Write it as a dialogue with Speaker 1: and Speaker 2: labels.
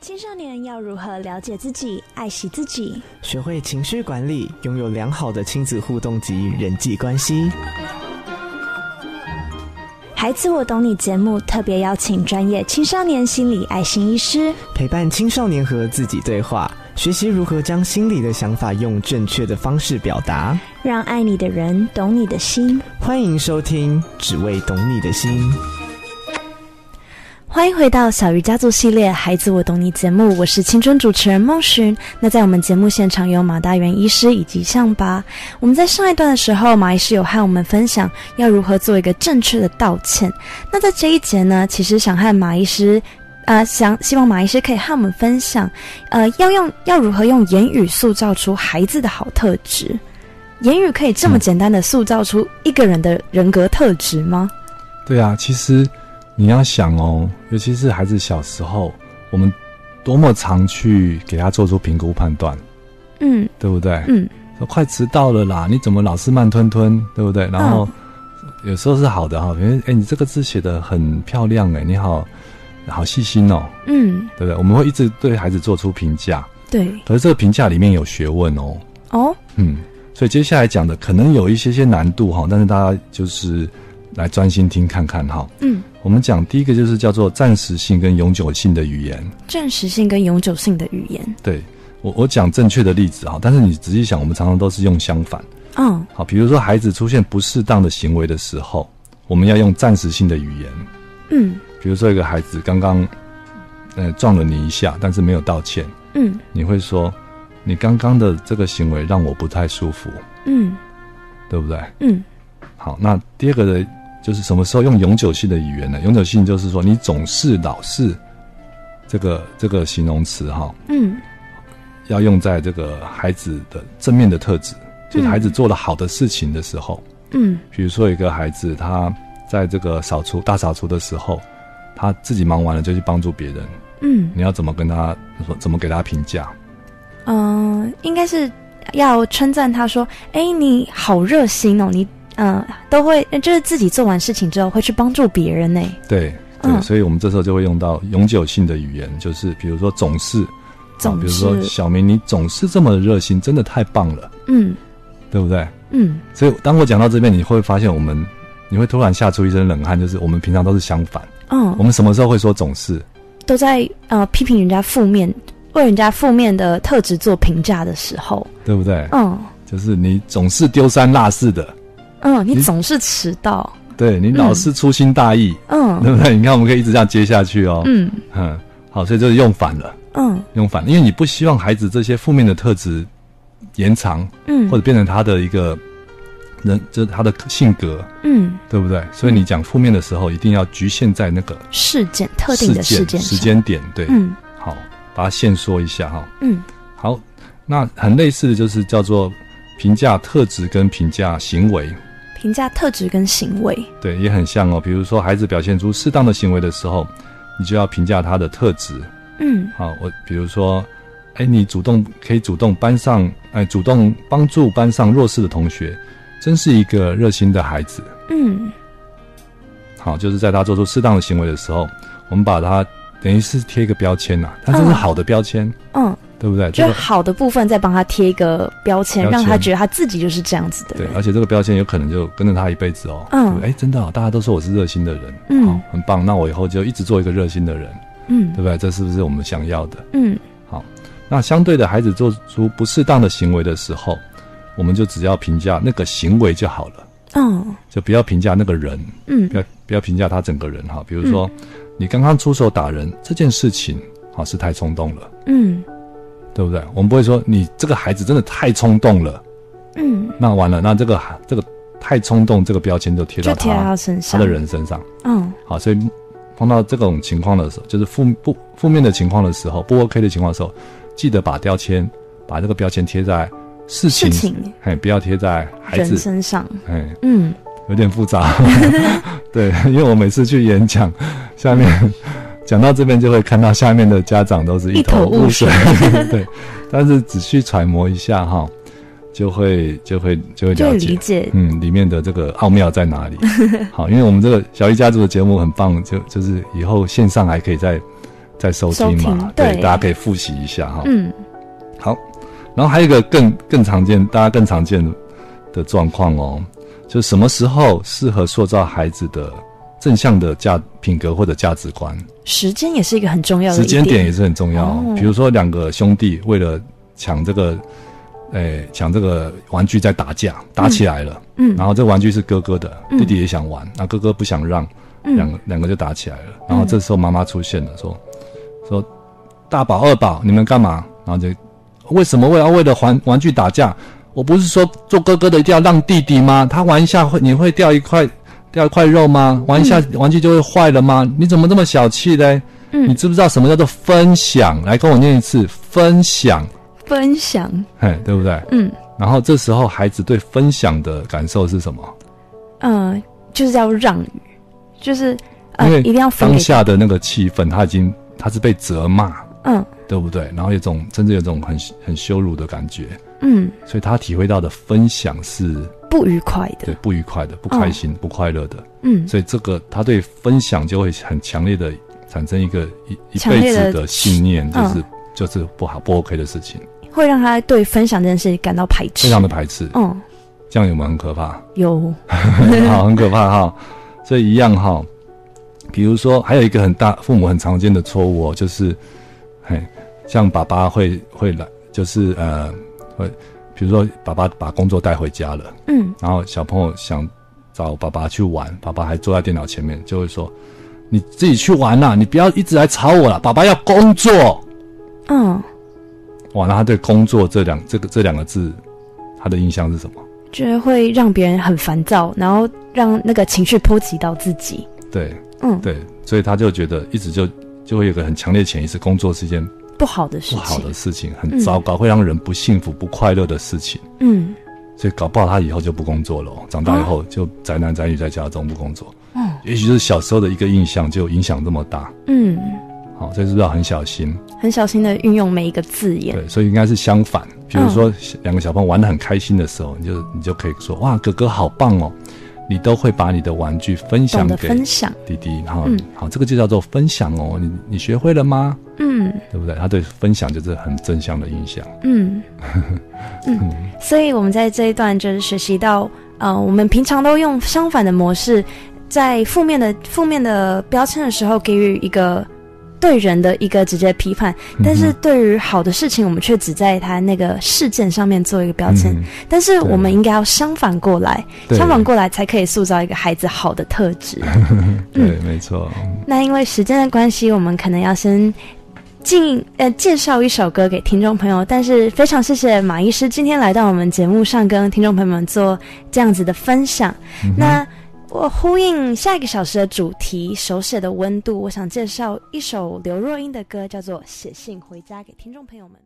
Speaker 1: 青少年要如何了解自己、爱惜自己？
Speaker 2: 学会情绪管理，拥有良好的亲子互动及人际关系。
Speaker 1: 孩子，我懂你节目特别邀请专业青少年心理爱心医师，
Speaker 2: 陪伴青少年和自己对话，学习如何将心里的想法用正确的方式表达。
Speaker 1: 让爱你的人懂你的心。
Speaker 2: 欢迎收听《只为懂你的心》。
Speaker 1: 欢迎回到小鱼家族系列《孩子我懂你》节目，我是青春主持人孟寻。那在我们节目现场有马大元医师以及象拔。我们在上一段的时候，马医师有和我们分享要如何做一个正确的道歉。那在这一节呢，其实想和马医师，呃，想希望马医师可以和我们分享，呃，要用要如何用言语塑造出孩子的好特质。言语可以这么简单的塑造出一个人的人格特质吗？
Speaker 3: 对啊，其实你要想哦，尤其是孩子小时候，我们多么常去给他做出评估判断，
Speaker 1: 嗯
Speaker 3: 对不对？
Speaker 1: 嗯
Speaker 3: 说快迟到了啦，你怎么老是慢吞吞，对不对？然后、有时候是好的哈、比如哎，你这个字写的很漂亮哎，你好好细心哦，
Speaker 1: 嗯，
Speaker 3: 对不对？我们会一直对孩子做出评价，
Speaker 1: 对
Speaker 3: 可是这个评价里面有学问哦，
Speaker 1: 哦。
Speaker 3: 嗯，所以接下来讲的可能有一些些难度哈，但是大家就是来专心听看看哈。
Speaker 1: 嗯，
Speaker 3: 我们讲第一个就是叫做暂时性跟永久性的语言。
Speaker 1: 暂时性跟永久性的语言。
Speaker 3: 对我，我讲正确的例子哈，但是你仔细想，我们常常都是用相反。
Speaker 1: 嗯
Speaker 3: 好，比如说孩子出现不适当的行为的时候，我们要用暂时性的语言。
Speaker 1: 嗯
Speaker 3: 比如说一个孩子刚刚，呃，撞了你一下，但是没有道歉，
Speaker 1: 嗯
Speaker 3: 你会说，你刚刚的这个行为让我不太舒服，
Speaker 1: 嗯
Speaker 3: 对不对？
Speaker 1: 嗯
Speaker 3: 好，那第二个的就是什么时候用永久性的语言呢？永久性就是说你总是老是这个这个形容词哈、
Speaker 1: 嗯
Speaker 3: 要用在这个孩子的正面的特质，就是
Speaker 1: 嗯
Speaker 3: 孩子做了好的事情的时候，
Speaker 1: 嗯
Speaker 3: 比如说有一个孩子他在这个扫除大扫除的时候，他自己忙完了就去帮助别人，
Speaker 1: 嗯，
Speaker 3: 你要怎么跟他说，怎么给他评价？
Speaker 1: 嗯，应该是要称赞他说：“哎、你好热心哦，你嗯、呃都会就是自己做完事情之后会去帮助别人呢。
Speaker 3: 对。对，
Speaker 1: 嗯
Speaker 3: 所以我们这时候就会用到永久性的语言，就是比如说总是，
Speaker 1: 总
Speaker 3: 啊比如
Speaker 1: 是
Speaker 3: 说小明，你总是这么热心，真的太棒了，”
Speaker 1: 嗯
Speaker 3: 对不对？
Speaker 1: 嗯
Speaker 3: 所以当我讲到这边，你会发现我们，你会突然吓出一身冷汗，就是我们平常都是相反，我
Speaker 1: 嗯，
Speaker 3: 们什么时候会说总是？
Speaker 1: 都在呃批评人家负面，为人家负面的特质做评价的时候，
Speaker 3: 对不对？
Speaker 1: 嗯
Speaker 3: 就是你总是丢三落四的，
Speaker 1: 嗯，你
Speaker 3: 你
Speaker 1: 总是迟到，
Speaker 3: 对你老是粗心大意，
Speaker 1: 嗯
Speaker 3: 对不对？你看我们可以一直这样接下去哦。
Speaker 1: 嗯
Speaker 3: 嗯，好，所以就是用反了，
Speaker 1: 嗯
Speaker 3: 用反了，因为你不希望孩子这些负面的特质延长
Speaker 1: 嗯
Speaker 3: 或者变成他的一个人，就是他的性格，
Speaker 1: 嗯
Speaker 3: 对不对？所以你讲负面的时候，一定要局限在那个
Speaker 1: 事件嗯特定的事件
Speaker 3: 时
Speaker 1: 上，
Speaker 3: 间点，对，
Speaker 1: 嗯
Speaker 3: 好，把它限缩一下哈、
Speaker 1: 嗯。
Speaker 3: 好，那很类似的就是叫做评价特质跟评价行为，
Speaker 1: 评价特质跟行为。
Speaker 3: 对，也很像哦。比如说孩子表现出适当的行为的时候，你就要评价他的特质。
Speaker 1: 嗯
Speaker 3: 好，我比如说，哎，你主动可以主动班上，哎，主动帮助班上弱势的同学，真是一个热心的孩子。
Speaker 1: 嗯
Speaker 3: 好，就是在他做出适当的行为的时候，我们把他等于是贴一个标签呐、他真是
Speaker 1: 嗯
Speaker 3: 好的标签，
Speaker 1: 嗯，
Speaker 3: 对不对？这
Speaker 1: 就
Speaker 3: 个
Speaker 1: 好的部分再帮他贴一个标签，
Speaker 3: 标签
Speaker 1: 让他觉得他自己就是这样子的
Speaker 3: 对，
Speaker 1: 人。
Speaker 3: 而且这个标签有可能就跟着他一辈子哦。
Speaker 1: 嗯
Speaker 3: 哎，诶真的、哦，大家都说我是热心的人，
Speaker 1: 嗯
Speaker 3: 好，很棒。那我以后就一直做一个热心的人，对
Speaker 1: 嗯
Speaker 3: 不对？这是不是我们想要的？
Speaker 1: 嗯
Speaker 3: 那相对的，孩子做出不适当的行为的时候，我们就只要评价那个行为就好了，
Speaker 1: 嗯
Speaker 3: 就不要评价那个人，不
Speaker 1: 嗯
Speaker 3: 要不要评价他整个人哈。比如说，你刚刚出手打人这件事情，啊，是太冲动了，
Speaker 1: 嗯
Speaker 3: 对不对？我们不会说你这个孩子真的太冲动了，
Speaker 1: 嗯，
Speaker 3: 那完了，那这个孩这个太冲动这个标签就贴
Speaker 1: 就
Speaker 3: 到
Speaker 1: 贴在他身
Speaker 3: 他
Speaker 1: 上。
Speaker 3: 的人身上。
Speaker 1: 嗯
Speaker 3: 好，所以碰到这种情况的时候，就是负不负面的情况的时候，不 OK 的情况的时候，记得把标签，把这个标签贴在事情，
Speaker 1: 事情
Speaker 3: 哎，不要贴在孩
Speaker 1: 人
Speaker 3: 子，
Speaker 1: 身上。
Speaker 3: 哎，
Speaker 1: 嗯
Speaker 3: 有点复杂。 对，因为我每次去演讲，下 面讲到这边就会看到下面的家长都是
Speaker 1: 一头
Speaker 3: 头
Speaker 1: 雾
Speaker 3: 雾水， 对，但是仔细揣摩一下哈，就会就会就会
Speaker 1: 就
Speaker 3: 了
Speaker 1: 会
Speaker 3: 解
Speaker 1: 理。解。
Speaker 3: 嗯，里面的这个奥妙在 哪里？好，因为我们这个小一家族的节目很棒，就就是以后线上还可以再在收
Speaker 1: 收
Speaker 3: 听嘛
Speaker 1: 听，对
Speaker 3: 大家可以复习一下哈。
Speaker 1: 嗯，
Speaker 3: 好，然后还有一个更更常见，大家更常见的的状况哦，就是什么时候适合塑造孩子的正向的价品格或者价值观，
Speaker 1: 时间也是一个很重要的
Speaker 3: 时
Speaker 1: 一
Speaker 3: 间点也是很重要哦。
Speaker 1: 哦
Speaker 3: 比如说两个兄弟为了抢这个，诶、抢这个玩具在打架，打起来了，
Speaker 1: 嗯
Speaker 3: 然后这玩具是哥哥的，
Speaker 1: 嗯
Speaker 3: 弟弟也想玩，那哥哥不想让，两
Speaker 1: 嗯
Speaker 3: 个两个就打起来了。然后这时候妈妈出现了，说说大宝二宝你们干嘛？然后就为什么为要为了玩玩具打架？我不是说做哥哥的一定要让弟弟吗？他玩一下会你会掉一块掉一块肉吗？玩一下玩具就会坏了吗？你怎么这么小气嘞？你
Speaker 1: 嗯，
Speaker 3: 知不知道什么叫做分享？来跟我念一次分享，
Speaker 1: 分享，
Speaker 3: 嘿，对不对？
Speaker 1: 嗯
Speaker 3: 然后这时候孩子对分享的感受是什么？
Speaker 1: 嗯、呃就是要让予，就是呃
Speaker 3: 因为
Speaker 1: 一定要分
Speaker 3: 当
Speaker 1: 给
Speaker 3: 下的那个气氛，他已经他是被责骂，
Speaker 1: 嗯
Speaker 3: 对不对？然后有种甚至有种很很羞辱的感觉，
Speaker 1: 嗯
Speaker 3: 所以他体会到的分享是
Speaker 1: 不愉快的
Speaker 3: 对，不愉快的、不开心、不快乐的，
Speaker 1: 嗯
Speaker 3: 所以这个他对分享就会很强烈的产生一个一一
Speaker 1: 强
Speaker 3: 辈
Speaker 1: 烈
Speaker 3: 子
Speaker 1: 的
Speaker 3: 的信念，就
Speaker 1: 嗯
Speaker 3: 是、就是不好不 OK 的事情，
Speaker 1: 会让他对分享这件事感到排斥，
Speaker 3: 非常的排斥，
Speaker 1: 嗯
Speaker 3: 这样有没有很可怕？
Speaker 1: 有
Speaker 3: 好，很可怕哈。所以一样哈，比如说还有一个很大父母很常见的错误哦，就是，嘿，像爸爸会会来，就是呃会，比如说爸爸把工作带回家了，
Speaker 1: 嗯
Speaker 3: 然后小朋友想找爸爸去玩，爸爸还坐在电脑前面，就会说。你自己去玩啦、你不要一直来吵我啦，爸爸要工作。
Speaker 1: 嗯，
Speaker 3: 哇，那他对“工作”这两这个这两个字，他的印象是什么？
Speaker 1: 就是会让别人很烦躁，然后让那个情绪波及到自己，
Speaker 3: 对
Speaker 1: 嗯，
Speaker 3: 对，所以他就觉得一直就就会有个很强烈潜意识，工作是一件
Speaker 1: 不好的事
Speaker 3: 不
Speaker 1: 情，
Speaker 3: 好的事情，很糟糕，会让人不幸福、不快乐的事情。
Speaker 1: 嗯
Speaker 3: 所以搞不好他以后就不工作了哦、长大以后就宅男宅女在家中不工作。
Speaker 1: 嗯
Speaker 3: 也许就是小时候的一个印象就影响这么大。
Speaker 1: 嗯，
Speaker 3: 好，所以是不是要很小心？
Speaker 1: 很小心的运用每一个字眼，
Speaker 3: 对，所以应该是相反。比如
Speaker 1: 嗯
Speaker 3: 说两个小朋友玩得很开心的时候，你就你就可以说：“哇，哥哥好棒哦！”你都会把你的玩具分
Speaker 1: 懂
Speaker 3: 享
Speaker 1: 得
Speaker 3: 给
Speaker 1: 分享，
Speaker 3: 弟弟，然后、
Speaker 1: 嗯
Speaker 3: 好，这个就叫做分享哦。你你学会了吗？
Speaker 1: 嗯。
Speaker 3: 对不对？他对分享就是很正向的影响。
Speaker 1: 嗯，嗯，所以我们在这一段就是学习到，呃，我们平常都用相反的模式，在负面的负面的标签的时候给予一个对人的一个直接批判，
Speaker 3: 嗯
Speaker 1: 但是对于好的事情，我们却只在他那个事件上面做一个标签。
Speaker 3: 嗯
Speaker 1: 但是
Speaker 3: 对
Speaker 1: 我们应该要相反过来，
Speaker 3: 对
Speaker 1: 相反过来才可以塑造一个孩子好的特质。
Speaker 3: 对，没错。
Speaker 1: 那因为时间的关系，我们可能要先进呃介绍一首歌给听众朋友。但是非常谢谢马医师今天来到我们节目上，跟听众朋友们做这样子的分享。那我呼应下一个小时的主题“手写的温度”，我想介绍一首刘若英的歌，叫做《写信回家》给听众朋友们。